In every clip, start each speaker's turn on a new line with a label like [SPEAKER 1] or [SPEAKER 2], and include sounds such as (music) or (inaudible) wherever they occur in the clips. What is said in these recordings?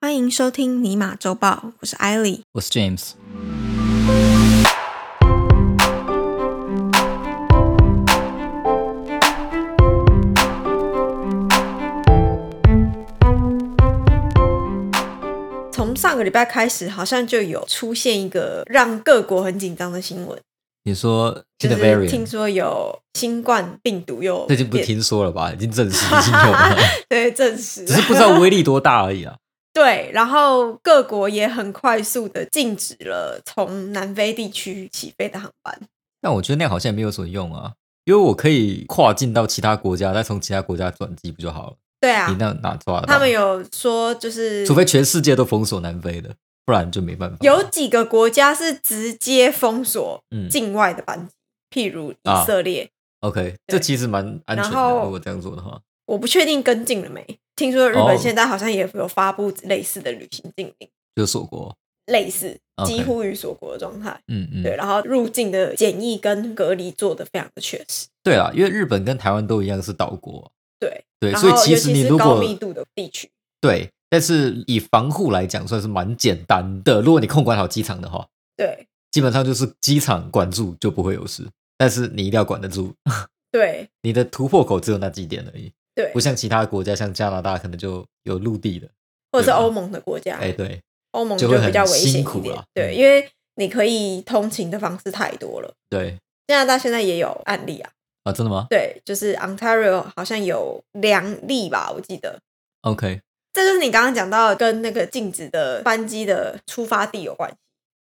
[SPEAKER 1] 欢迎收听尼玛周报，我是艾莉。
[SPEAKER 2] 我是 James。
[SPEAKER 1] 从上个礼拜开始，好像就有出现一个让各国很紧张的新闻，
[SPEAKER 2] 你说这
[SPEAKER 1] 就
[SPEAKER 2] 个
[SPEAKER 1] 是听
[SPEAKER 2] variant
[SPEAKER 1] 说有新冠病毒又
[SPEAKER 2] 最近不
[SPEAKER 1] 变
[SPEAKER 2] 听说了吧？已经证实已经有
[SPEAKER 1] (laughs)
[SPEAKER 2] 了，
[SPEAKER 1] 对证实，
[SPEAKER 2] 只是不
[SPEAKER 1] (laughs)
[SPEAKER 2] 知道威力多大而已啊。
[SPEAKER 1] 对，然后各国也很快速的禁止了从南非地区起飞的航班。
[SPEAKER 2] 但我觉得那样好像也没有什么用啊，因为我可以跨境到其他国家，再从其他国家转机不就好了？
[SPEAKER 1] 对啊
[SPEAKER 2] 你，那哪抓得到？
[SPEAKER 1] 他们有说就是，
[SPEAKER 2] 除非全世界都封锁南非的，不然就没办法。
[SPEAKER 1] 有几个国家是直接封锁
[SPEAKER 2] 嗯
[SPEAKER 1] 境外的班机，譬如
[SPEAKER 2] 啊
[SPEAKER 1] 以色列，
[SPEAKER 2] OK，
[SPEAKER 1] 对
[SPEAKER 2] 这其实蛮安全
[SPEAKER 1] 然后
[SPEAKER 2] 的。如果这样做的话，
[SPEAKER 1] 我不确定跟进了没。听说日本
[SPEAKER 2] 哦
[SPEAKER 1] 现在好像也有发布类似的旅行禁令，
[SPEAKER 2] 就锁国。
[SPEAKER 1] 类似
[SPEAKER 2] OK
[SPEAKER 1] 几乎于锁国的状态。
[SPEAKER 2] 嗯嗯，
[SPEAKER 1] 对，然后入境的检疫跟隔离做的非常的确实。
[SPEAKER 2] 对啦，因为日本跟台湾都一样是岛国，啊
[SPEAKER 1] 对，
[SPEAKER 2] 对，
[SPEAKER 1] 然
[SPEAKER 2] 所以
[SPEAKER 1] 后
[SPEAKER 2] 其
[SPEAKER 1] 尤
[SPEAKER 2] 实
[SPEAKER 1] 其
[SPEAKER 2] 你
[SPEAKER 1] 是
[SPEAKER 2] 如
[SPEAKER 1] 高
[SPEAKER 2] 果
[SPEAKER 1] 密度的地区，
[SPEAKER 2] 对，但是以防护来讲，算是蛮简单的。如果你控管好机场的话，
[SPEAKER 1] 对
[SPEAKER 2] 基本上就是机场管住就不会有事。但是你一定要管得住， (laughs)
[SPEAKER 1] 对
[SPEAKER 2] 你的突破口只有那几点而已，
[SPEAKER 1] 对
[SPEAKER 2] 不，像其他国家，像加拿大可能就有陆地的。
[SPEAKER 1] 或者是
[SPEAKER 2] 对吧
[SPEAKER 1] 欧盟的国家，
[SPEAKER 2] 哎，对，
[SPEAKER 1] 欧盟
[SPEAKER 2] 就会
[SPEAKER 1] 比
[SPEAKER 2] 很
[SPEAKER 1] 较危险
[SPEAKER 2] 辛
[SPEAKER 1] 一
[SPEAKER 2] 苦
[SPEAKER 1] 点
[SPEAKER 2] 啦。
[SPEAKER 1] 对，
[SPEAKER 2] 嗯
[SPEAKER 1] 因为你可以通勤的方式太多了。
[SPEAKER 2] 对
[SPEAKER 1] 加拿大现在也有案例啊，
[SPEAKER 2] 啊，真的吗
[SPEAKER 1] 对，就是 Ontario 好像有两例吧，我记得。
[SPEAKER 2] ？OK，
[SPEAKER 1] 这就是你刚刚讲到跟那个禁止的班机的出发地有关系。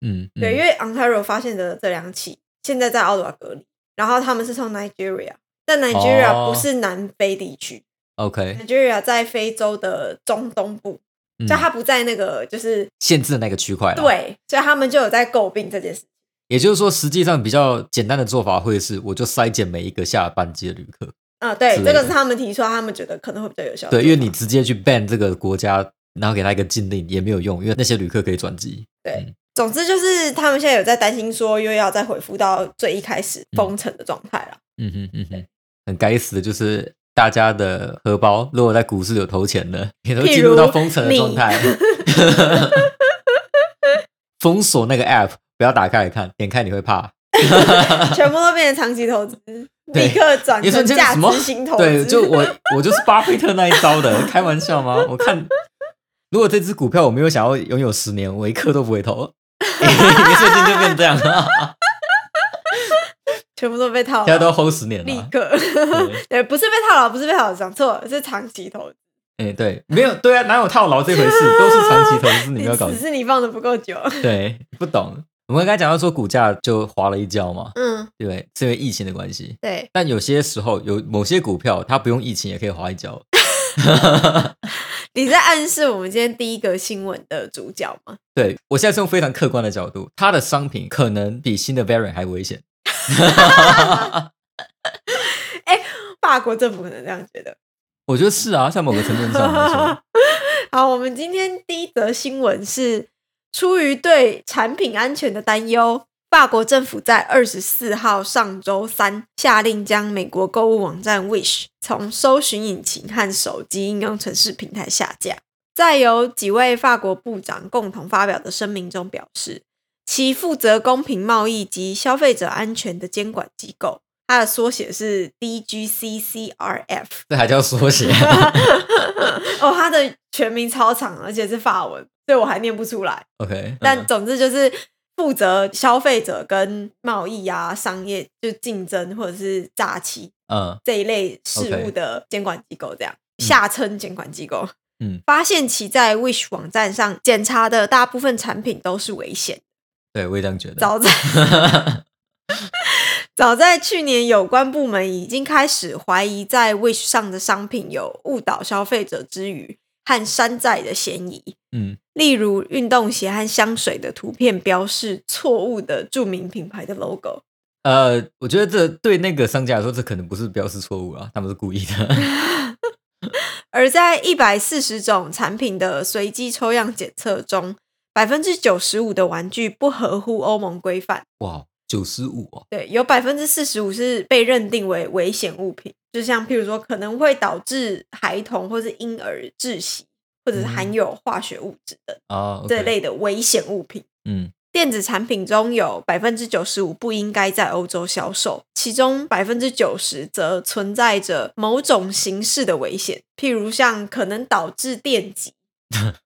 [SPEAKER 2] 嗯，嗯
[SPEAKER 1] 对，因为 Ontario 发现的这两起现在在奥多瓦隔离，然后他们是从 Nigeria，但 Nigeria
[SPEAKER 2] 哦
[SPEAKER 1] 不是南非地区、
[SPEAKER 2] OK，
[SPEAKER 1] n i g e r i a 在非洲的中东部，
[SPEAKER 2] 嗯啊
[SPEAKER 1] 就它不在那个就是
[SPEAKER 2] 限制的那个区块啦，
[SPEAKER 1] 对，所以他们就有在诟病这件事。
[SPEAKER 2] 也就是说，实际上比较简单的做法会是，我就筛减每一个下班机的旅客。
[SPEAKER 1] 啊，对，
[SPEAKER 2] 之
[SPEAKER 1] 这
[SPEAKER 2] 类的
[SPEAKER 1] 个是他们提出来，他们觉得可能会比较有效的做
[SPEAKER 2] 对，
[SPEAKER 1] 法。
[SPEAKER 2] 因为你直接去 ban 这个国家，然后给他一个禁令也没有用，因为那些旅客可以转机。
[SPEAKER 1] 对
[SPEAKER 2] 嗯，
[SPEAKER 1] 总之就是他们现在有在担心说，又要再恢复到最一开始封城的状态了。
[SPEAKER 2] 嗯哼嗯哼，很该死的就是大家的荷包，如果在股市有投钱的，也都
[SPEAKER 1] 譬
[SPEAKER 2] 进入到
[SPEAKER 1] 如
[SPEAKER 2] 封城的
[SPEAKER 1] 你
[SPEAKER 2] 状态，封锁那个 app，不要打开来看，点开你会怕。 (laughs)
[SPEAKER 1] 全部都变成长期投资，
[SPEAKER 2] 对
[SPEAKER 1] 立刻转
[SPEAKER 2] 你说
[SPEAKER 1] 成
[SPEAKER 2] 这
[SPEAKER 1] 价
[SPEAKER 2] 什么
[SPEAKER 1] 值型投？资。
[SPEAKER 2] 对，就我我就是巴菲特那一招的，开玩笑吗？我看如果这只股票我没有想要拥有十年，我一刻都不会投。 (laughs) 一瞬间就变这样了，
[SPEAKER 1] (laughs) 全部都被套
[SPEAKER 2] 现在都
[SPEAKER 1] 牢，
[SPEAKER 2] hold 十年
[SPEAKER 1] 立
[SPEAKER 2] 了。
[SPEAKER 1] 刻 (laughs) 对，不是被套牢，不是被套牢，讲错了，是长期投资。
[SPEAKER 2] 哎、对，没有对啊，哪有套牢这回事？都是长期投资，你
[SPEAKER 1] (laughs) 你
[SPEAKER 2] 不要搞
[SPEAKER 1] 只是你放的不够久。
[SPEAKER 2] (laughs) 对，不懂。我们刚才讲到说股价就滑了一跤嘛，
[SPEAKER 1] 嗯，
[SPEAKER 2] 对不对？是因为疫情的关系。
[SPEAKER 1] 对，
[SPEAKER 2] 但有些时候有某些股票，它不用疫情也可以滑一跤。
[SPEAKER 1] 你在暗示我们今天第一个新闻的主角吗？
[SPEAKER 2] 对我现在是用非常客观的角度，它的商品可能比新的 variant 还危险。
[SPEAKER 1] 法国政府可能这样觉得。
[SPEAKER 2] 我觉得是啊，像某个层面上没
[SPEAKER 1] (laughs)
[SPEAKER 2] 错。
[SPEAKER 1] 好，我们今天第一则新闻是出于对产品安全的担忧，法国政府在二十四号上周三下令将美国购物网站 Wish 从搜寻引擎和手机应用程式平台下架。在由几位法国部长共同发表的声明中表示，其负责公平贸易及消费者安全的监管机构，它的缩写是 DGCCRF。
[SPEAKER 2] 这还叫缩写？
[SPEAKER 1] (laughs) 哦，它的全名超长，而且是法文，所以我还念不出来。
[SPEAKER 2] OK，
[SPEAKER 1] 但
[SPEAKER 2] 嗯
[SPEAKER 1] 总之就是负责消费者跟贸易啊、商业就竞争或者是诈欺
[SPEAKER 2] 嗯
[SPEAKER 1] 这一类事务
[SPEAKER 2] OK
[SPEAKER 1] 的监管机构，这样下称监管机构。
[SPEAKER 2] 嗯，
[SPEAKER 1] 发现其在 Wish 网站上检查的大部分产品都是危险。
[SPEAKER 2] 对我也这样觉得。
[SPEAKER 1] 早在 (laughs) 早在去年，有关部门已经开始怀疑在 Wish 上的商品有误导消费者之余和山寨的嫌疑。
[SPEAKER 2] 嗯，
[SPEAKER 1] 例如，运动鞋和香水的图片标示错误的著名品牌的 logo。
[SPEAKER 2] 呃，我觉得这对那个商家来说，这可能不是标示错误啊，他们是故意
[SPEAKER 1] (laughs)
[SPEAKER 2] 的。
[SPEAKER 1] 而在一百四十种产品的随机抽样检测中，百分之九十五的玩具不合乎欧盟规范。
[SPEAKER 2] 哇，九十五哦，
[SPEAKER 1] 对，有百分之四十五是被认定为危险物品，就像譬如说可能会导致孩童或是婴儿窒息或者
[SPEAKER 2] 嗯
[SPEAKER 1] 是含有化学物质的
[SPEAKER 2] 啊，
[SPEAKER 1] 这，类的危险物品。
[SPEAKER 2] 嗯
[SPEAKER 1] 电子产品中有百分之九十五不应该在欧洲销售，其中百分之九十则存在着某种形式的危险，譬如像可能导致电
[SPEAKER 2] (laughs)
[SPEAKER 1] 击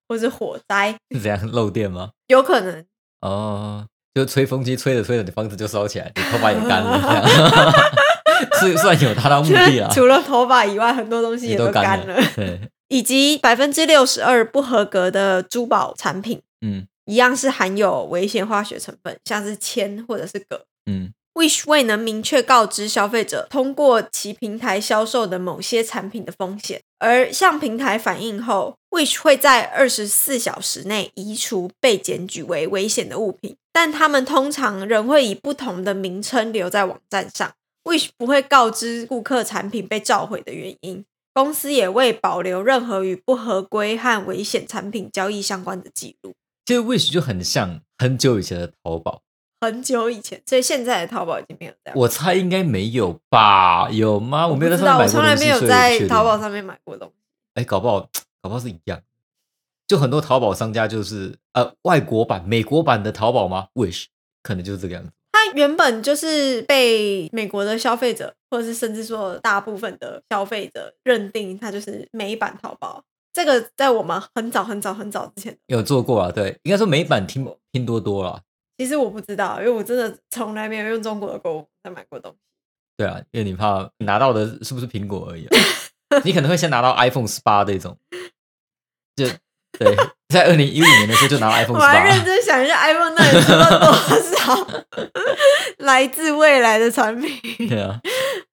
[SPEAKER 1] 或是火灾，
[SPEAKER 2] 是怎样漏电吗？
[SPEAKER 1] 有可能
[SPEAKER 2] 哦，就吹风机吹着吹着，你房子就烧起来，你头发也干了，
[SPEAKER 1] (laughs)
[SPEAKER 2] 这样 (laughs) 是算有达到目的啊，
[SPEAKER 1] 除了头发以外，很多东西也
[SPEAKER 2] 你都
[SPEAKER 1] 干
[SPEAKER 2] 干
[SPEAKER 1] 了，
[SPEAKER 2] (laughs) 对，
[SPEAKER 1] 以及百分之六十二不合格的珠宝产品，
[SPEAKER 2] 嗯
[SPEAKER 1] 一样是含有危险化学成分，像是铅或者是铬。
[SPEAKER 2] 嗯
[SPEAKER 1] Wish 未能明确告知消费者通过其平台销售的某些产品的风险，而向平台反映后，Wish 会在二十四小时内移除被检举为危险的物品，但他们通常仍会以不同的名称留在网站上。Wish 不会告知顾客产品被召回的原因，公司也未保留任何与不合规和危险产品交易相关的记录。
[SPEAKER 2] 其实 Wish 就很像很久以前的淘宝，
[SPEAKER 1] 很久以前，所以现在的淘宝已经没有这样。
[SPEAKER 2] 我猜应该没有吧？有吗？我没有在
[SPEAKER 1] 不知道，
[SPEAKER 2] 上面买
[SPEAKER 1] 我
[SPEAKER 2] 过
[SPEAKER 1] 从来
[SPEAKER 2] 东西
[SPEAKER 1] 没有
[SPEAKER 2] 所以我不确
[SPEAKER 1] 在
[SPEAKER 2] 定
[SPEAKER 1] 淘宝上面买过东西。
[SPEAKER 2] 哎，搞不好搞不好是一样，就很多淘宝商家就是呃外国版、美国版的淘宝吗？Wish 可能就是这个样子。
[SPEAKER 1] 它原本就是被美国的消费者，或者是甚至说大部分的消费者认定它就是美版淘宝。这个在我们很早很早很早之前，
[SPEAKER 2] 有做过啊，对，应该说美版拼拼多多啦，
[SPEAKER 1] 其实我不知道，因为我真的从来没有用中国的购物在买过东西。
[SPEAKER 2] 对啊，因为你怕拿到的是不是苹果而已啊、你可能会先拿到 iPhone 十八这种，就对，在二零一五年的时候就拿到
[SPEAKER 1] (laughs)
[SPEAKER 2] iPhone
[SPEAKER 1] 我
[SPEAKER 2] 十
[SPEAKER 1] 还认
[SPEAKER 2] 八，
[SPEAKER 1] 真想一下，iPhone 到底出了多少 (laughs) 来自未来的产品？
[SPEAKER 2] 对啊，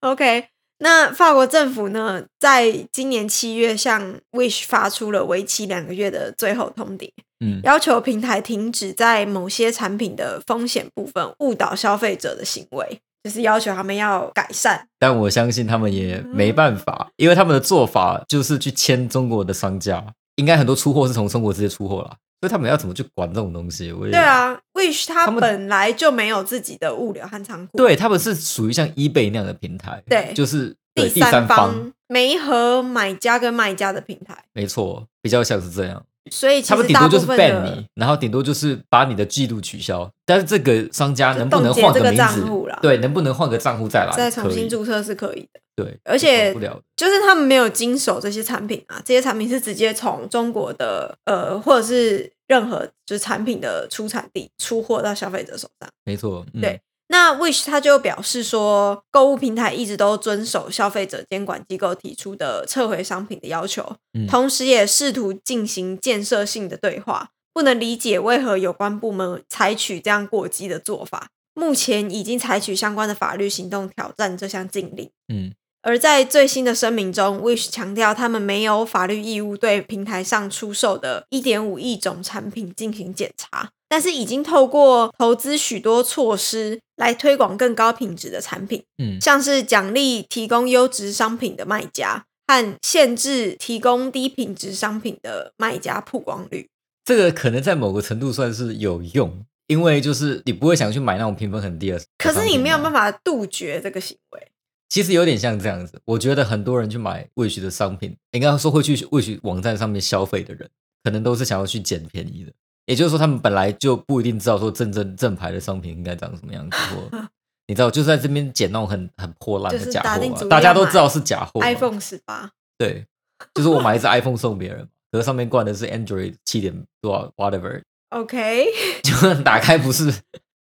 [SPEAKER 1] OK，那法国政府呢，在今年七月向 Wish 发出了为期两个月的最后通牒，
[SPEAKER 2] 嗯
[SPEAKER 1] 要求平台停止在某些产品的风险部分误导消费者的行为，就是要求他们要改善。
[SPEAKER 2] 但我相信他们也
[SPEAKER 1] 嗯
[SPEAKER 2] 没办法，因为他们的做法就是去签中国的商家，应该很多出货是从中国直接出货啦，所以他们要怎么去管这种东西？我也
[SPEAKER 1] 对，啊，Wish 它
[SPEAKER 2] 他们
[SPEAKER 1] 本来就没有自己的物流和仓库，
[SPEAKER 2] 对他们是属于像 eBay 那样的平台，
[SPEAKER 1] 对
[SPEAKER 2] 就是对第
[SPEAKER 1] 三
[SPEAKER 2] 三
[SPEAKER 1] 方没和买家跟卖家的平台，
[SPEAKER 2] 没错，比较像是这样。
[SPEAKER 1] 所以其
[SPEAKER 2] 他们
[SPEAKER 1] 实
[SPEAKER 2] 顶
[SPEAKER 1] 大
[SPEAKER 2] 多
[SPEAKER 1] 部
[SPEAKER 2] 就是
[SPEAKER 1] 分
[SPEAKER 2] ban
[SPEAKER 1] 的
[SPEAKER 2] 你，然后顶多就是把你的记录取消。但是这个商家
[SPEAKER 1] 就
[SPEAKER 2] 能不能
[SPEAKER 1] 冻结
[SPEAKER 2] 换个
[SPEAKER 1] 这个
[SPEAKER 2] 名
[SPEAKER 1] 账户
[SPEAKER 2] 字
[SPEAKER 1] 啦？
[SPEAKER 2] 对，能不能换个账户再来？
[SPEAKER 1] 再重
[SPEAKER 2] 可以
[SPEAKER 1] 新注册是可以的。
[SPEAKER 2] 对，
[SPEAKER 1] 而且
[SPEAKER 2] 不了。
[SPEAKER 1] 就是他们没有经手这些产品啊，这些产品是直接从中国的呃，或者是任何就是产品的出产地出货到消费者手上。
[SPEAKER 2] 没错，嗯
[SPEAKER 1] 对，那 Wish 他就表示说，购物平台一直都遵守消费者监管机构提出的撤回商品的要求，
[SPEAKER 2] 嗯
[SPEAKER 1] 同时也试图进行建设性的对话。不能理解为何有关部门采取这样过激的做法。目前已经采取相关的法律行动挑战这项禁令。
[SPEAKER 2] 嗯
[SPEAKER 1] 而在最新的声明中，Wish 强调他们没有法律义务对平台上出售的1.5亿种产品进行检查，但是已经透过投资许多措施来推广更高品质的产品，
[SPEAKER 2] 嗯
[SPEAKER 1] 像是奖励提供优质商品的卖家和限制提供低品质商品的卖家曝光率。
[SPEAKER 2] 这个可能在某个程度算是有用，因为就是你不会想去买那种评分很低的。
[SPEAKER 1] 可是你没有办
[SPEAKER 2] 法，
[SPEAKER 1] 法杜绝这个行为，
[SPEAKER 2] 其实有点像这样子。我觉得很多人去买 Wish 的商品，应该说会去 Wish 网站上面消费的人，可能都是想要去捡便宜的。也就是说，他们本来就不一定知道说真正正牌的商品应该长什么样子，
[SPEAKER 1] (laughs)
[SPEAKER 2] 或你知道，就在这边捡那种很很破烂
[SPEAKER 1] 就
[SPEAKER 2] 的
[SPEAKER 1] 是
[SPEAKER 2] 假
[SPEAKER 1] 打
[SPEAKER 2] 货
[SPEAKER 1] 定
[SPEAKER 2] 嘛
[SPEAKER 1] 主意，
[SPEAKER 2] 大家
[SPEAKER 1] 要
[SPEAKER 2] 都
[SPEAKER 1] 买
[SPEAKER 2] 知道是假货嘛。
[SPEAKER 1] iPhone 十八，
[SPEAKER 2] 对，就是我买一只 iPhone 送别人嘛，可是上面灌的是 Android 七点多少 whatever，
[SPEAKER 1] OK，
[SPEAKER 2] 就打开不是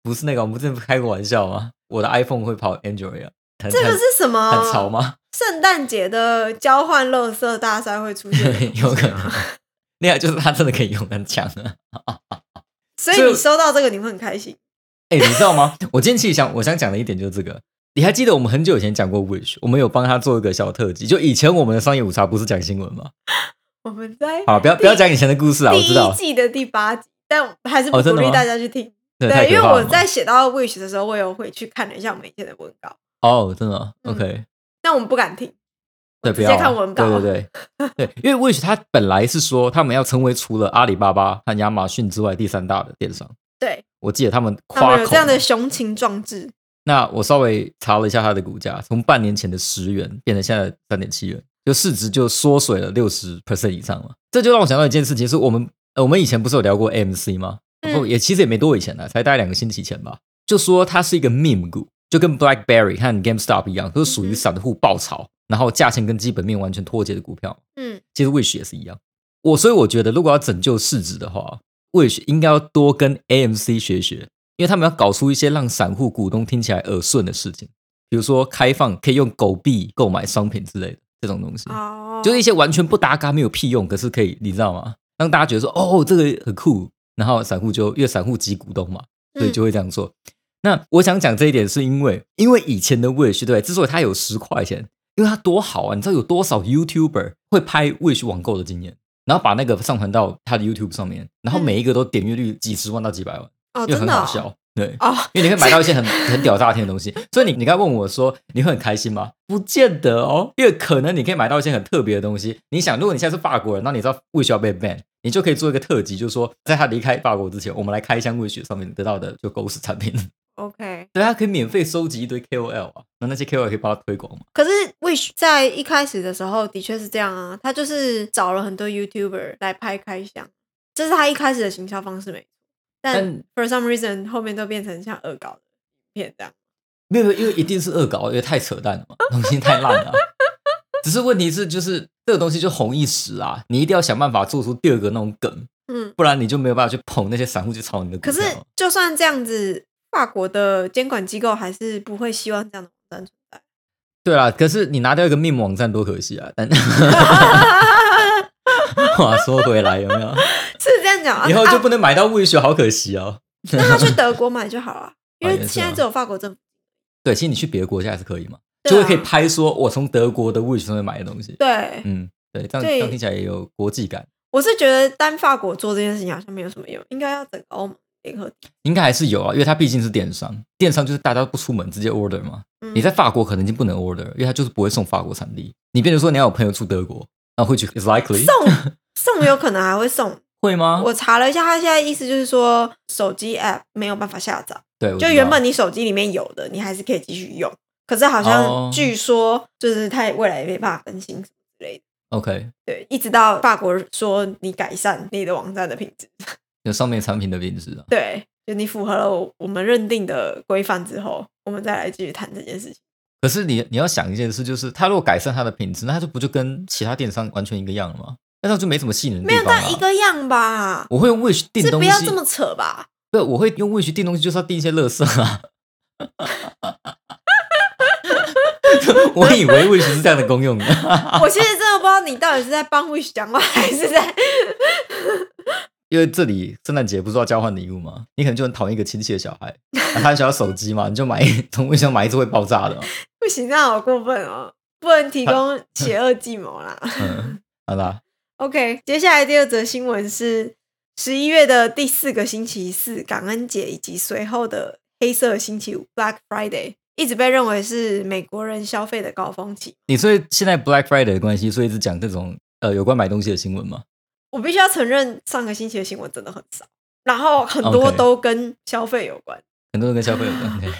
[SPEAKER 2] 不是那个，我们之前不是开过玩笑吗？我的 iPhone 会跑 Android 啊，很
[SPEAKER 1] 这个是哦什么？
[SPEAKER 2] 很很潮吗？
[SPEAKER 1] 圣诞节的交换垃圾大赛会出现的东西啊，
[SPEAKER 2] (laughs) 有可能。那个就是它真的可以用，很强啊！
[SPEAKER 1] 所
[SPEAKER 2] 所
[SPEAKER 1] 以
[SPEAKER 2] 以
[SPEAKER 1] 你收到这个，你会很开心。
[SPEAKER 2] (laughs) 哎、你知道吗？我今天其实想我想讲的一点就是这个。你还记得我们很久以前讲过 Wish，我们有帮他做一个小特辑。就以前我们的商业午茶不是讲新闻吗？
[SPEAKER 1] 我们在
[SPEAKER 2] 好，不要不要讲以前的故事啊，我
[SPEAKER 1] 第
[SPEAKER 2] 知
[SPEAKER 1] 一
[SPEAKER 2] 道，
[SPEAKER 1] 季的第八集，但还是不
[SPEAKER 2] 哦真
[SPEAKER 1] 鼓
[SPEAKER 2] 的
[SPEAKER 1] 励
[SPEAKER 2] 吗
[SPEAKER 1] 大家去听。
[SPEAKER 2] 对
[SPEAKER 1] 对，因为我在
[SPEAKER 2] 哦
[SPEAKER 1] 写到 wish 的时候，我有回去看了一下我们以前的文稿，
[SPEAKER 2] 真的哦
[SPEAKER 1] 嗯
[SPEAKER 2] OK，、
[SPEAKER 1] 但我们不敢听。
[SPEAKER 2] 对，
[SPEAKER 1] 直
[SPEAKER 2] 不
[SPEAKER 1] 接
[SPEAKER 2] 要啊
[SPEAKER 1] 看文稿
[SPEAKER 2] 对对对对，因为 Wish 它本来是说他们要成为除了阿里巴巴和亚马逊之外第三大的电商，
[SPEAKER 1] 对，
[SPEAKER 2] 我记得他们
[SPEAKER 1] 他
[SPEAKER 2] 夸
[SPEAKER 1] 们有
[SPEAKER 2] 口
[SPEAKER 1] 这样的雄情壮志，
[SPEAKER 2] 那我稍微查了一下它的股价，从半年前的十元变成现在三点七元，就市值就缩水了六十 percent 以上嘛。这就让我想到一件事情，是我们呃我们以前不是有聊过 AMC 吗？
[SPEAKER 1] 嗯
[SPEAKER 2] 哦，也其实也没多以前了，才大概两个星期前吧。就说它是一个 meme 股，就跟 BlackBerry 和 GameStop 一样，都是属
[SPEAKER 1] 嗯
[SPEAKER 2] 于
[SPEAKER 1] 哼
[SPEAKER 2] 散户爆炒，然后价钱跟基本面完全脱节的股票。
[SPEAKER 1] 嗯
[SPEAKER 2] 其实 Wish 也是一样。我所以我觉得，如果要拯救市值的话，Wish 应该要多跟 AMC 学学，因为他们要搞出一些让散户股东听起来耳顺的事情，比如说开放可以用狗币购买商品之类的这种东西，
[SPEAKER 1] 哦，
[SPEAKER 2] 就是一些完全不搭嘎、没有屁用，可是可以你知道吗？让大家觉得说哦，这个很酷，然后散户就因为散户及股东嘛，所以就
[SPEAKER 1] 嗯
[SPEAKER 2] 会这样做。那我想讲这一点，是因为因为以前的 Wish 对，之所以它有十块钱，因为它多好啊！你知道有多少 YouTuber 会拍 Wish 网购的经验，然后把那个上传到他的 YouTube 上面，然后每一个都点阅率几十万到几百万，
[SPEAKER 1] 嗯哦，
[SPEAKER 2] 因为
[SPEAKER 1] 真
[SPEAKER 2] 很
[SPEAKER 1] 的
[SPEAKER 2] 好
[SPEAKER 1] 哦
[SPEAKER 2] 笑。对，
[SPEAKER 1] 哦，
[SPEAKER 2] 因为你可以买到一些很 (laughs) 很屌炸天的东西，所以你你刚才问我说你会很开心吗？不见得哦，因为可能你可以买到一些很特别的东西。你想，如果你现在是法国人，那你知道 Wish 要被 ban，你就可以做一个特辑，就是说在他离开法国之前，我们来开箱 Wish 上面得到的就狗屎产品。 (laughs)
[SPEAKER 1] OK，
[SPEAKER 2] 对，他可以免费收集一堆 KOL 啊，那那些 KOL 可以帮他推广嘛？
[SPEAKER 1] 可是 Wish 在一开始的时候的确是这样啊，他就是找了很多 YouTuber 来拍开箱，这是他一开始的行销方式没错。但 for some reason 后面都变成像恶搞的影片这样。
[SPEAKER 2] 没有，没有因为一定是恶搞，因为太扯淡了嘛， (laughs) 东西太烂了啊。只是问题是，就是这个东西就红一时啊，你一定要想办法做出第二个那种梗，
[SPEAKER 1] 嗯，
[SPEAKER 2] 不然你就没有办法去捧那些散户去炒你的股
[SPEAKER 1] 可
[SPEAKER 2] 票
[SPEAKER 1] 是
[SPEAKER 2] 啊。
[SPEAKER 1] 就算这样子，法国的监管机构还是不会希望这样的网站存在。
[SPEAKER 2] 对啦，可是你拿掉一个 meme 网站多可惜啊！但 (laughs) 话说回来，有没有
[SPEAKER 1] 是这样 (laughs) 讲啊？
[SPEAKER 2] 以后就不
[SPEAKER 1] 啊
[SPEAKER 2] 能买到物理学，好可惜哦。
[SPEAKER 1] 那他去德国买就好
[SPEAKER 2] (laughs)
[SPEAKER 1] 了，因为
[SPEAKER 2] 也是
[SPEAKER 1] 现在
[SPEAKER 2] 啊
[SPEAKER 1] 只有法国政府。
[SPEAKER 2] 对，其实你去别的国家还是可以嘛，
[SPEAKER 1] 对
[SPEAKER 2] 就会
[SPEAKER 1] 啊
[SPEAKER 2] 可以拍说我从德国的物理学上面买的东西。
[SPEAKER 1] 对，
[SPEAKER 2] 嗯，对，这样
[SPEAKER 1] 对
[SPEAKER 2] 这样听起来也有国际感，
[SPEAKER 1] 我是觉得单法国做这件事情好像没有什么用，应该要整个欧盟联合体。
[SPEAKER 2] 应该还是有啊，因为它毕竟是电商，电商就是大家不出门直接 order 嘛。
[SPEAKER 1] 嗯
[SPEAKER 2] 你在法国可能已经不能 order，了因为它就是不会送法国产地。你变成说你要有朋友住德国，那会去 is likely (laughs)
[SPEAKER 1] 送送有可能还会送。
[SPEAKER 2] 会吗？
[SPEAKER 1] 我查了一下，他现在意思就是说手机 app 没有办法下载，
[SPEAKER 2] 对，我
[SPEAKER 1] 就
[SPEAKER 2] 知
[SPEAKER 1] 原
[SPEAKER 2] 道
[SPEAKER 1] 本你手机里面有的，你还是可以继续用。可是好像
[SPEAKER 2] 哦
[SPEAKER 1] 据说就是它未来也没办法更新，
[SPEAKER 2] OK
[SPEAKER 1] 对，一直到法国说你改善你的网站的品质，
[SPEAKER 2] 有上面产品的品质啊。
[SPEAKER 1] 对，就你符合了我我们认定的规范之后，我们再来继续谈这件事情。
[SPEAKER 2] 可是你你要想一件事，就是它如果改善它的品质，那它就不就跟其他电商完全一个样了吗？那这样就没什么吸引人的
[SPEAKER 1] 没
[SPEAKER 2] 地
[SPEAKER 1] 有
[SPEAKER 2] 方
[SPEAKER 1] 到
[SPEAKER 2] 了、
[SPEAKER 1] 一个样吧，
[SPEAKER 2] 我会用 Wish 订
[SPEAKER 1] 这
[SPEAKER 2] 东
[SPEAKER 1] 不
[SPEAKER 2] 西，
[SPEAKER 1] 要这么扯吧？
[SPEAKER 2] 对，我会用 Wish 订东西，就是要订一些垃圾
[SPEAKER 1] (laughs)
[SPEAKER 2] 啊。我以为 Wish 是这样的功用的，
[SPEAKER 1] 我其实真的不知道你到底是在帮 Wish 讲话，还是在
[SPEAKER 2] 因为这里圣诞节不是要交换礼物吗？你可能就很讨厌一个亲戚的小孩，啊他很想要手机嘛，你就买一从 Wish 上买一只会爆炸的嘛。
[SPEAKER 1] 不行，这样好过分哦，不能提供邪恶计谋啦。 (laughs)
[SPEAKER 2] 嗯，好啦，
[SPEAKER 1] OK，接下来第二则新闻是十一月的第四个星期四，感恩节以及随后的黑色星期五 （Black Friday） 一直被认为是美国人消费的高峰期。
[SPEAKER 2] 你所以现在 Black Friday 的关系，所以一直讲这种呃有关买东西的新闻吗？
[SPEAKER 1] 我必须要承认，上个星期的新闻真的很少，然后很多
[SPEAKER 2] OK
[SPEAKER 1] 都跟消费有关
[SPEAKER 2] 很多人跟消费有关，
[SPEAKER 1] (laughs)
[SPEAKER 2] 对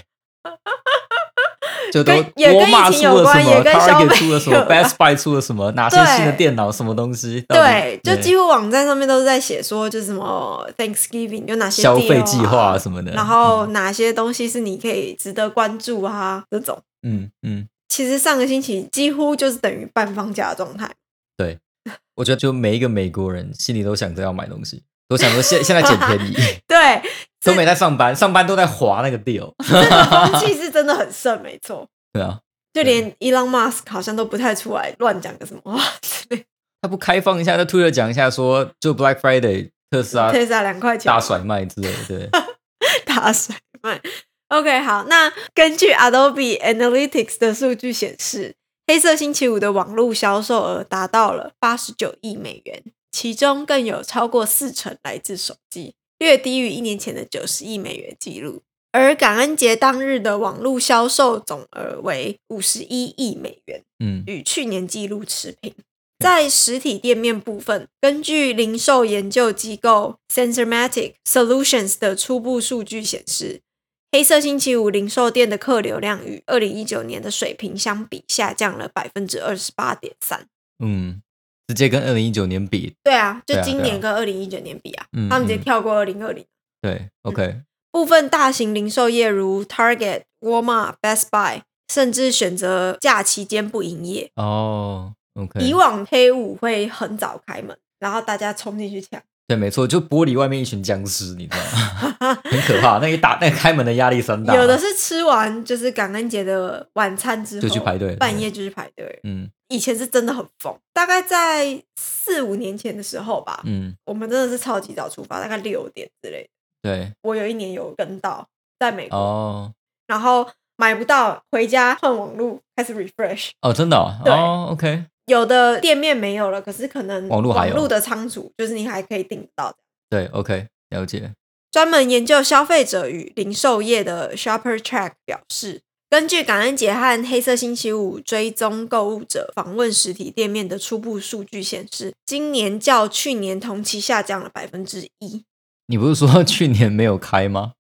[SPEAKER 2] 就都
[SPEAKER 1] 跟也跟
[SPEAKER 2] 沃尔玛
[SPEAKER 1] 疫情
[SPEAKER 2] 出了
[SPEAKER 1] 有关
[SPEAKER 2] 什么
[SPEAKER 1] 也跟消费
[SPEAKER 2] ，Target 出了什么
[SPEAKER 1] 有关
[SPEAKER 2] ，Best Buy 出了什么，哪些
[SPEAKER 1] 对
[SPEAKER 2] 新的电脑什么东西？到底
[SPEAKER 1] 对，就几乎网站上面都是在写说，就是什么 Thanksgiving 有哪些
[SPEAKER 2] 消
[SPEAKER 1] deal
[SPEAKER 2] 费
[SPEAKER 1] 啊
[SPEAKER 2] 计划什么的。
[SPEAKER 1] 然后哪些东西是你可以值得关注啊？这种
[SPEAKER 2] 嗯嗯嗯，
[SPEAKER 1] 其实上个星期几乎就是等于半放假的状态。
[SPEAKER 2] 我觉得就每一个美国人心里都想着要买东西，都想说现现在捡便宜，
[SPEAKER 1] (laughs) 对，
[SPEAKER 2] 都没在上班，上班都在划那个 deal。
[SPEAKER 1] 这个风气是真的很盛，没错。
[SPEAKER 2] (laughs) 对啊，
[SPEAKER 1] 就连 Elon Musk 好像都不太出来乱讲个什么话之类。
[SPEAKER 2] 他不开放一下，在 Twitter 讲一下说，就 Black Friday 特
[SPEAKER 1] (laughs)
[SPEAKER 2] 斯拉
[SPEAKER 1] Tesla 两块钱
[SPEAKER 2] 大甩卖之类的，对。
[SPEAKER 1] (laughs) 大水漫。OK，好，那根据 Adobe Analytics 的数据显示，黑色星期五的网络销售额达到了八十九亿美元，其中更有超过四成来自手机，略低于一年前的九十亿美元记录。而感恩节当日的网络销售总额为五十一亿美元。
[SPEAKER 2] 嗯，
[SPEAKER 1] 与去年记录持平。在实体店面部分，根据零售研究机构 Sensormatic Solutions 的初步数据显示，黑色星期五零售店的客流量与二零一九年的水平相比下降了百分之二十八点三。
[SPEAKER 2] 嗯，直接跟二零一九年比，
[SPEAKER 1] 对啊，就
[SPEAKER 2] 对啊
[SPEAKER 1] 今
[SPEAKER 2] 对啊
[SPEAKER 1] 年跟二零一九年比啊，
[SPEAKER 2] 嗯
[SPEAKER 1] 他们直接嗯
[SPEAKER 2] 嗯
[SPEAKER 1] 跳过二零二零。
[SPEAKER 2] 对，OK，、
[SPEAKER 1] 部分大型零售业如 Target、Walmart、Best Buy，甚至选择假期间不营业。
[SPEAKER 2] 哦，OK，
[SPEAKER 1] 以往黑五会很早开门，然后大家冲进去抢。
[SPEAKER 2] 对，没错，就玻璃外面一群僵尸，你知道吗？
[SPEAKER 1] (laughs)
[SPEAKER 2] 很可怕，那一打那个开门的压力山大，
[SPEAKER 1] 有的是吃完就是感恩节的晚餐之后
[SPEAKER 2] 就去排队
[SPEAKER 1] 半夜就去排队。
[SPEAKER 2] 嗯
[SPEAKER 1] 以前是真的很疯，大概在四五年前的时候吧，
[SPEAKER 2] 嗯，
[SPEAKER 1] 我们真的是超级早出发，大概六点之类的。
[SPEAKER 2] 对，
[SPEAKER 1] 我有一年有跟到在美国，
[SPEAKER 2] 哦
[SPEAKER 1] 然后买不到，回家换网路开始 refresh。
[SPEAKER 2] 哦，真的哦，
[SPEAKER 1] 对
[SPEAKER 2] 哦，OK，
[SPEAKER 1] 有的店面没有了，可是可能
[SPEAKER 2] 网络还有
[SPEAKER 1] 的仓储，就是你还可以订得到的。
[SPEAKER 2] 对，OK，了解，
[SPEAKER 1] 专门研究消费者与零售业的 Shopper Track 表示，根据感恩节和黑色星期五追踪购物者访问实体店面的初步数据显示，今年较去年同期下降了百分之一。
[SPEAKER 2] 你不是说去年没有开吗？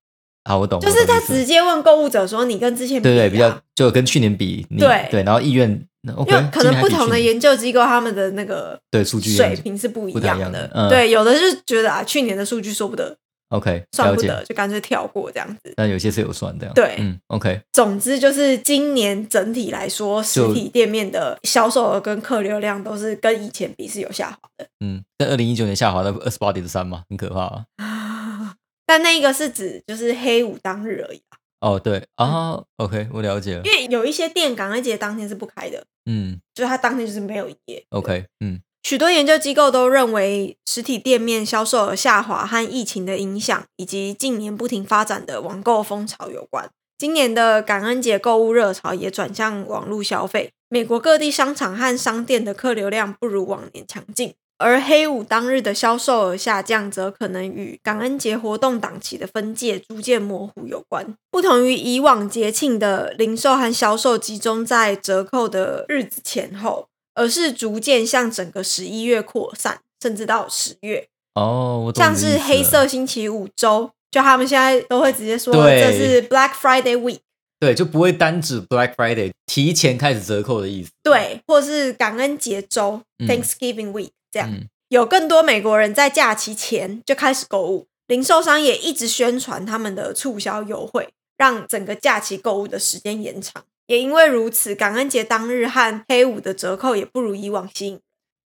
[SPEAKER 2] 啊，我懂，
[SPEAKER 1] 就
[SPEAKER 2] 我
[SPEAKER 1] 是
[SPEAKER 2] 懂
[SPEAKER 1] 他
[SPEAKER 2] 意思
[SPEAKER 1] 直接问购物者说：“你跟之前比、啊、
[SPEAKER 2] 对对比较就跟去年比，你
[SPEAKER 1] 对
[SPEAKER 2] 对，然后意愿那
[SPEAKER 1] 因
[SPEAKER 2] OK，
[SPEAKER 1] 为可
[SPEAKER 2] 今
[SPEAKER 1] 能
[SPEAKER 2] 年还
[SPEAKER 1] 不
[SPEAKER 2] 比
[SPEAKER 1] 同
[SPEAKER 2] 去
[SPEAKER 1] 的
[SPEAKER 2] 年
[SPEAKER 1] 研究机构，他们的那个
[SPEAKER 2] 对数据
[SPEAKER 1] 水平是不一
[SPEAKER 2] 不太一
[SPEAKER 1] 样
[SPEAKER 2] 样
[SPEAKER 1] 的
[SPEAKER 2] 的。嗯
[SPEAKER 1] 对，有的是觉得啊，去年的数据说不得，
[SPEAKER 2] OK
[SPEAKER 1] 算
[SPEAKER 2] 了
[SPEAKER 1] 不
[SPEAKER 2] 解，
[SPEAKER 1] 得，就干脆跳过这样子。
[SPEAKER 2] 但有些是有算这样，
[SPEAKER 1] 对
[SPEAKER 2] 嗯，OK，
[SPEAKER 1] 总之就是今年整体来说，实
[SPEAKER 2] 就
[SPEAKER 1] 体店面的销售额跟客流量都是跟以前比是有下滑的，
[SPEAKER 2] 嗯，在二零一九年下滑到二十八点三嘛，很可怕、啊。
[SPEAKER 1] (laughs) 但那一个是指就是黑五当日而已啊，
[SPEAKER 2] 哦，对啊、o k 我了解了
[SPEAKER 1] 因，为有一些店感恩节当天是不开的，
[SPEAKER 2] 嗯
[SPEAKER 1] 就是它当天就是没有营业。
[SPEAKER 2] ，OK，嗯，
[SPEAKER 1] 许多研究机构都认为，实体店面销售额下滑和疫情的影响，以及近年不停发展的网购风潮有关。今年的感恩节购物热潮也转向网络消费，美国各地商场和商店的客流量不如往年强劲，而黑五当日的销售额下降，则可能与感恩节活动档期的分界逐渐模糊有关。不同于以往节庆的零售和销售集中在折扣的日子前后，而是逐渐向整个十一月扩散，甚至到十月，
[SPEAKER 2] 哦，我懂
[SPEAKER 1] 像
[SPEAKER 2] 你的意
[SPEAKER 1] 是
[SPEAKER 2] 思
[SPEAKER 1] 黑
[SPEAKER 2] 了
[SPEAKER 1] 色星期五周，就他们现在都会直接说
[SPEAKER 2] 对
[SPEAKER 1] 这是 Black Friday Week，
[SPEAKER 2] 对，就不会单指 Black Friday 提前开始折扣的意思。
[SPEAKER 1] 对，或是感恩节周、
[SPEAKER 2] 嗯
[SPEAKER 1] Thanksgiving Week 这样。
[SPEAKER 2] 嗯
[SPEAKER 1] 有更多美国人在假期前就开始购物，零售商也一直宣传他们的促销优惠，让整个假期购物的时间延长。也因为如此，感恩节当日和黑五的折扣也不如以往吸引。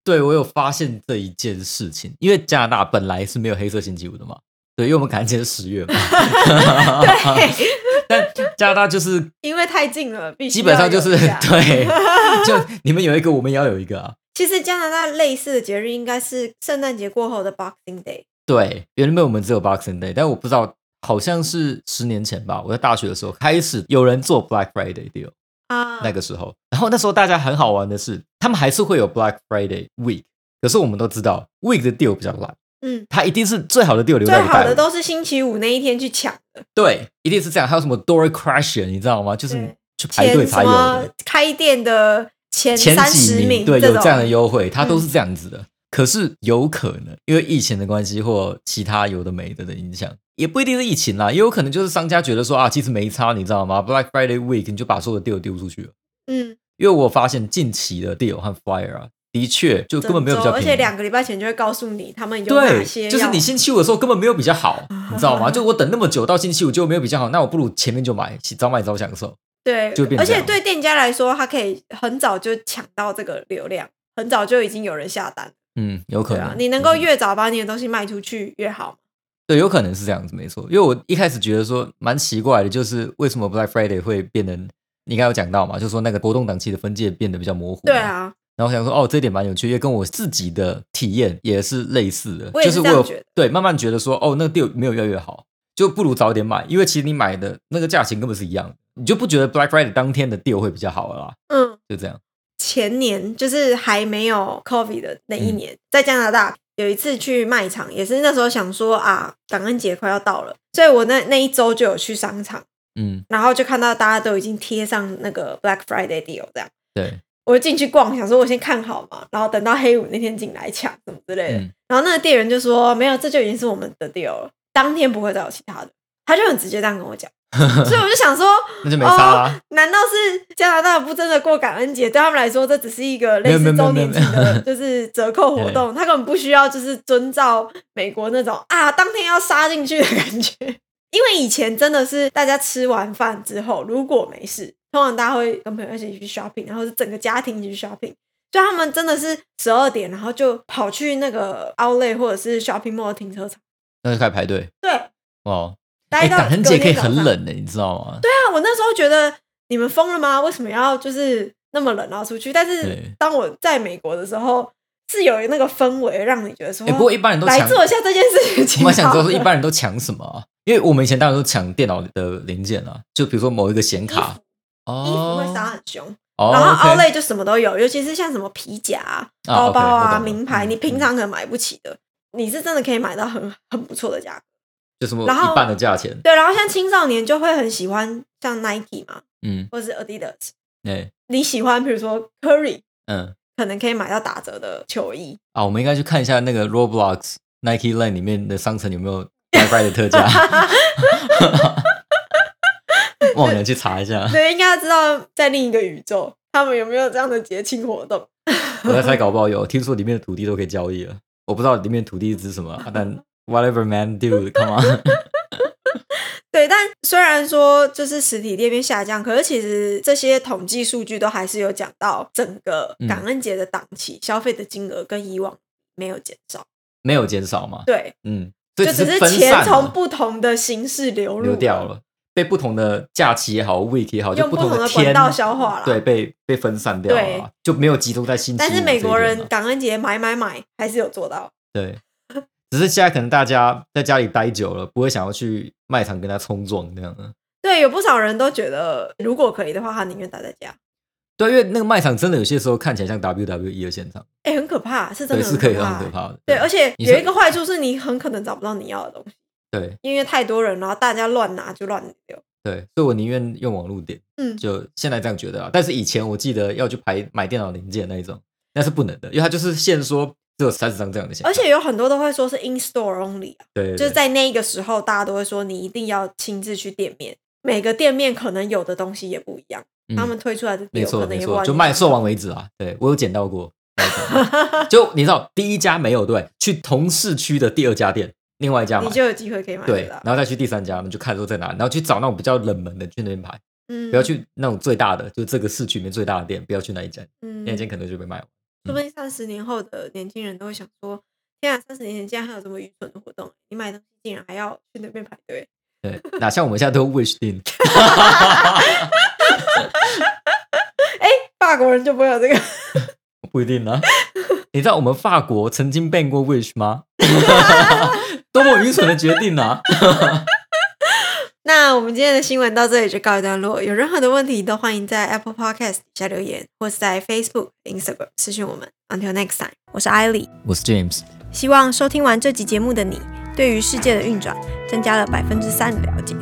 [SPEAKER 2] 对我有发现这一件事情，因为加拿大本来是没有黑色星期五的嘛，对，因为我们感恩节是十月嘛，
[SPEAKER 1] (laughs)
[SPEAKER 2] 啊
[SPEAKER 1] 对，
[SPEAKER 2] 但加拿大就是
[SPEAKER 1] (laughs) 因为太近了，必须
[SPEAKER 2] 基本上就是
[SPEAKER 1] 要有一啊下
[SPEAKER 2] 对，就你们有一个，我们也要有一个啊。
[SPEAKER 1] 其实加拿大类似的节日应该是圣诞节过后的 Boxing Day。
[SPEAKER 2] 对，原本我们只有 Boxing Day，但我不知道，好像是十年前吧，我在大学的时候开始有人做 Black Friday deal，
[SPEAKER 1] 啊，
[SPEAKER 2] 那个时候， (laughs) 然后那时候大家很好玩的是，他们还是会有 Black Friday week，可是我们都知道 week 的 deal 比较烂，
[SPEAKER 1] 嗯，
[SPEAKER 2] 它一定是最好的 deal 留
[SPEAKER 1] 最
[SPEAKER 2] 在礼
[SPEAKER 1] 好
[SPEAKER 2] 拜
[SPEAKER 1] 的
[SPEAKER 2] 五，
[SPEAKER 1] 都是星期五那一天去抢的，
[SPEAKER 2] 对，一定是这样。还有什么 door crasher，你知道吗？就是你
[SPEAKER 1] 对
[SPEAKER 2] 去排队
[SPEAKER 1] 前
[SPEAKER 2] 才
[SPEAKER 1] 什
[SPEAKER 2] 有
[SPEAKER 1] 么
[SPEAKER 2] 的，
[SPEAKER 1] 开店的前
[SPEAKER 2] 前
[SPEAKER 1] 三
[SPEAKER 2] 几
[SPEAKER 1] 十名，
[SPEAKER 2] 对，有这样的
[SPEAKER 1] 种嗯
[SPEAKER 2] 优惠，它都是这样子的。可是有可能因为疫情的关系或其他有的没的的影响，也不一定是疫情啦，也有可能就是商家觉得说啊，其实没差，你知道吗？Black Friday week 你就把所有的 deal 丢出去了。
[SPEAKER 1] 嗯，
[SPEAKER 2] 因为我发现近期的 deal 和 flyer 啊，的确就根本没有比较
[SPEAKER 1] 整周而
[SPEAKER 2] 便
[SPEAKER 1] 且
[SPEAKER 2] 宜，
[SPEAKER 1] 两个礼拜前就会告诉你他们有哪些
[SPEAKER 2] 对，
[SPEAKER 1] 要，啊
[SPEAKER 2] 就是你星期五的时候根本没有比较好，你知道
[SPEAKER 1] (laughs)
[SPEAKER 2] 吗？就我等那么久到星期五就没有比较好，那我不如前面就买，早买早享受。
[SPEAKER 1] 对
[SPEAKER 2] 就变
[SPEAKER 1] 而
[SPEAKER 2] 这样
[SPEAKER 1] 且对店家来说，他可以很早就抢到这个流量，很早就已经有人下单，
[SPEAKER 2] 嗯，有可
[SPEAKER 1] 对
[SPEAKER 2] 能、
[SPEAKER 1] 啊，你能够越早把你的东西卖出去越好。
[SPEAKER 2] 对，有可能是这样子，没错。因为我一开始觉得说蛮奇怪的，就是为什么 Black Friday 会变得，你刚刚有讲到嘛，就说那个活动档期的分界变得比较模糊。
[SPEAKER 1] 对。啊，
[SPEAKER 2] 然后我想说，哦，这一点蛮有趣，因为跟我自己的体验也是类似的，
[SPEAKER 1] 我也
[SPEAKER 2] 就是是我
[SPEAKER 1] 这样
[SPEAKER 2] 有
[SPEAKER 1] 觉得
[SPEAKER 2] 对慢慢觉得说，哦，那个 deal 没有越来越好，就不如早点买，因为其实你买的那个价钱根本是一样的，你就不觉得 Black Friday 当天的 deal 会比较好了啦，
[SPEAKER 1] 嗯，
[SPEAKER 2] 就这样。
[SPEAKER 1] 前年就是还没有 COVID 的那一年，在加拿大有一次去卖场，也是那时候想说啊，感恩节快要到了，所以我那那一周就有去商场，
[SPEAKER 2] 嗯，
[SPEAKER 1] 然后就看到大家都已经贴上那个 Black Friday deal 这样。
[SPEAKER 2] 对，
[SPEAKER 1] 我就进去逛，想说我先看好嘛，然后等到黑五那天进来抢什么之类的。
[SPEAKER 2] 嗯
[SPEAKER 1] 然后那个店员就说：“没有，这就已经是我们的 deal 了，当天不会再有其他的。”他就很直接这样跟我讲，所以我就想说，
[SPEAKER 2] 那就没差啦、
[SPEAKER 1] 哦难道是加拿大不真的过感恩节？对他们来说，这只是一个类
[SPEAKER 2] 没有
[SPEAKER 1] 似
[SPEAKER 2] 没有
[SPEAKER 1] 周
[SPEAKER 2] 没有
[SPEAKER 1] 年庆
[SPEAKER 2] 没有
[SPEAKER 1] 的， (laughs) 就是折扣活
[SPEAKER 2] (laughs)
[SPEAKER 1] 动，他根本不需要就是遵照美国那种啊，当天要杀进去的感觉。 (laughs) 因为以前真的是大家吃完饭之后，如果没事，通常大家会跟朋友一起去 shopping，然后是整个家庭一起去 shopping。就他们真的是十二点，然后就跑去那个 Outlet 或者是 shopping mall 的停车场，
[SPEAKER 2] 那就开始排队
[SPEAKER 1] 对，
[SPEAKER 2] 哦。
[SPEAKER 1] 待到
[SPEAKER 2] 感恩
[SPEAKER 1] 隔
[SPEAKER 2] 节
[SPEAKER 1] 天
[SPEAKER 2] 可以
[SPEAKER 1] 早
[SPEAKER 2] 很
[SPEAKER 1] 上
[SPEAKER 2] 冷的、你知道吗？对，
[SPEAKER 1] 啊，我那时候觉得你们疯了吗？为什么要就是那么冷然后出去？但是
[SPEAKER 2] 对
[SPEAKER 1] 当我在美国的时候，是有那个氛围让你觉得说，
[SPEAKER 2] 哎、不过一般人都
[SPEAKER 1] 来
[SPEAKER 2] 抢，
[SPEAKER 1] 做一下这件事情。
[SPEAKER 2] 我蛮想知道说一般人都抢什么啊、因为我们以前当然都抢电脑的零件啊，就比如说某一个显卡
[SPEAKER 1] 好
[SPEAKER 2] 哦
[SPEAKER 1] 了衣服会杀很凶，
[SPEAKER 2] 哦
[SPEAKER 1] 然后
[SPEAKER 2] OK
[SPEAKER 1] Outlet 就什么都有，尤其是像什么皮夹啊、包包
[SPEAKER 2] ，OK，我
[SPEAKER 1] 啊、
[SPEAKER 2] 懂了
[SPEAKER 1] 名牌，
[SPEAKER 2] 嗯
[SPEAKER 1] 你平
[SPEAKER 2] 嗯
[SPEAKER 1] 常可能买不起的，你是真的可以买到很很不错的价格。
[SPEAKER 2] 就什么
[SPEAKER 1] 然后
[SPEAKER 2] 一半的价钱，
[SPEAKER 1] 对，然后像青少年就会很喜欢像 Nike 嘛，
[SPEAKER 2] 嗯，
[SPEAKER 1] 或是 Adidas，
[SPEAKER 2] 哎、
[SPEAKER 1] 你喜欢比如说 Curry，
[SPEAKER 2] 嗯
[SPEAKER 1] 可能可以买到打折的球衣。
[SPEAKER 2] 啊，我们应该去看一下那个 Roblox Nike Land 里面的商城有没有 Black Friday 的特价，忘了去查一下。
[SPEAKER 1] (laughs) 对，应该要知道在另一个宇宙，他们有没有这样的节庆活动？
[SPEAKER 2] 我在猜搞不好有，听说里面的土地都可以交易了，我不知道里面的土地是指什么啊，但 whatever man do，come on， (laughs)
[SPEAKER 1] 对，但虽然说就是实体店面下降，可是其实这些统计数据都还是有讲到整个
[SPEAKER 2] 嗯
[SPEAKER 1] 感恩节的档期、消费的金额跟以往没有减少。
[SPEAKER 2] 没有减少嘛？
[SPEAKER 1] 对，
[SPEAKER 2] 嗯，所以
[SPEAKER 1] 就只
[SPEAKER 2] 是
[SPEAKER 1] 是
[SPEAKER 2] 分
[SPEAKER 1] 钱
[SPEAKER 2] 散
[SPEAKER 1] 从
[SPEAKER 2] 了
[SPEAKER 1] 不同的形式流入
[SPEAKER 2] 流掉。了，被不同的假期也好，week 也好，就
[SPEAKER 1] 用不
[SPEAKER 2] 同
[SPEAKER 1] 同的管
[SPEAKER 2] 天
[SPEAKER 1] 道消化啦
[SPEAKER 2] 对，被被分散掉了啊，就没有集中在星期
[SPEAKER 1] 但
[SPEAKER 2] 五
[SPEAKER 1] 是
[SPEAKER 2] 这
[SPEAKER 1] 美
[SPEAKER 2] 一
[SPEAKER 1] 国
[SPEAKER 2] 边
[SPEAKER 1] 人
[SPEAKER 2] 了
[SPEAKER 1] 感恩节买买买还是有做到，
[SPEAKER 2] 对，只是现在可能大家在家里待久了，不会想要去卖场跟他冲撞这样的。
[SPEAKER 1] 对，有不少人都觉得如果可以的话，他宁愿待在家，
[SPEAKER 2] 对，因为那个卖场真的有些时候看起来像 WWE 的现场，
[SPEAKER 1] 哎、很可怕，是真
[SPEAKER 2] 对，
[SPEAKER 1] 的
[SPEAKER 2] 是
[SPEAKER 1] 很
[SPEAKER 2] 可以
[SPEAKER 1] 可
[SPEAKER 2] 很
[SPEAKER 1] 怕
[SPEAKER 2] 可。怕的。
[SPEAKER 1] 对，而且
[SPEAKER 2] 嗯你
[SPEAKER 1] 有
[SPEAKER 2] 是
[SPEAKER 1] 一个坏处是你很可能找不到你要的东西。
[SPEAKER 2] 对
[SPEAKER 1] 因为太多人，然后大家乱拿就乱丢。
[SPEAKER 2] 对，所以我宁愿用网络点，
[SPEAKER 1] 嗯，
[SPEAKER 2] 就现在这样觉得啊。但是以前我记得要去排买电脑零件那一种，那是不能的，因为它就是限说只有三十张这样的现场，
[SPEAKER 1] 而且有很多都会说是 in store only 啊，
[SPEAKER 2] 对对
[SPEAKER 1] 就是
[SPEAKER 2] 对
[SPEAKER 1] 在那一个时候，大家都会说你一定要亲自去店面，每个店面可能有的东西也不一样，
[SPEAKER 2] 嗯
[SPEAKER 1] 他们推出来的
[SPEAKER 2] 没
[SPEAKER 1] deal 可
[SPEAKER 2] 错
[SPEAKER 1] 能
[SPEAKER 2] 没
[SPEAKER 1] 也
[SPEAKER 2] 错，
[SPEAKER 1] 完
[SPEAKER 2] 就
[SPEAKER 1] 全
[SPEAKER 2] 卖
[SPEAKER 1] 不
[SPEAKER 2] 售
[SPEAKER 1] 同
[SPEAKER 2] 完为止啊。对我有捡到过，
[SPEAKER 1] (laughs)
[SPEAKER 2] 就你知道第一家没有对，去同市区的第二家店，另外一家买
[SPEAKER 1] 你。就有机会可以买
[SPEAKER 2] 对
[SPEAKER 1] 得，到。
[SPEAKER 2] 然后再去第三家，我们就看说在哪里，然后去找那种比较冷门的去那边排，
[SPEAKER 1] 嗯，
[SPEAKER 2] 不要，去那种最大的，就这个市区里面最大的店，不要去那一间，
[SPEAKER 1] 嗯，
[SPEAKER 2] 那一间可能就被卖完。
[SPEAKER 1] 说不定三十年后的年轻人都会想说：天啊，三十年前竟然还有这么愚蠢的活动，你买东西竟然还要去那边排队。 (laughs)
[SPEAKER 2] 对，哪像我们现在都 wish 定，
[SPEAKER 1] 法国人就不会有这个，
[SPEAKER 2] 不一定
[SPEAKER 1] (laughs)
[SPEAKER 2] 呢、你知道我们法国曾经 ban 过 wish 吗？ (laughs) 多么愚蠢的决定啊！
[SPEAKER 1] 那我们今天的新闻到这里就告一段落。有任何的问题都欢迎在 Apple Podcast 底下留言，或是在 Facebook、Instagram 私讯我们。Until next time，我是艾莉。
[SPEAKER 2] 我是 James，
[SPEAKER 1] 希望收听完这集节目的你，对于世界的运转增加了百分之三的了解。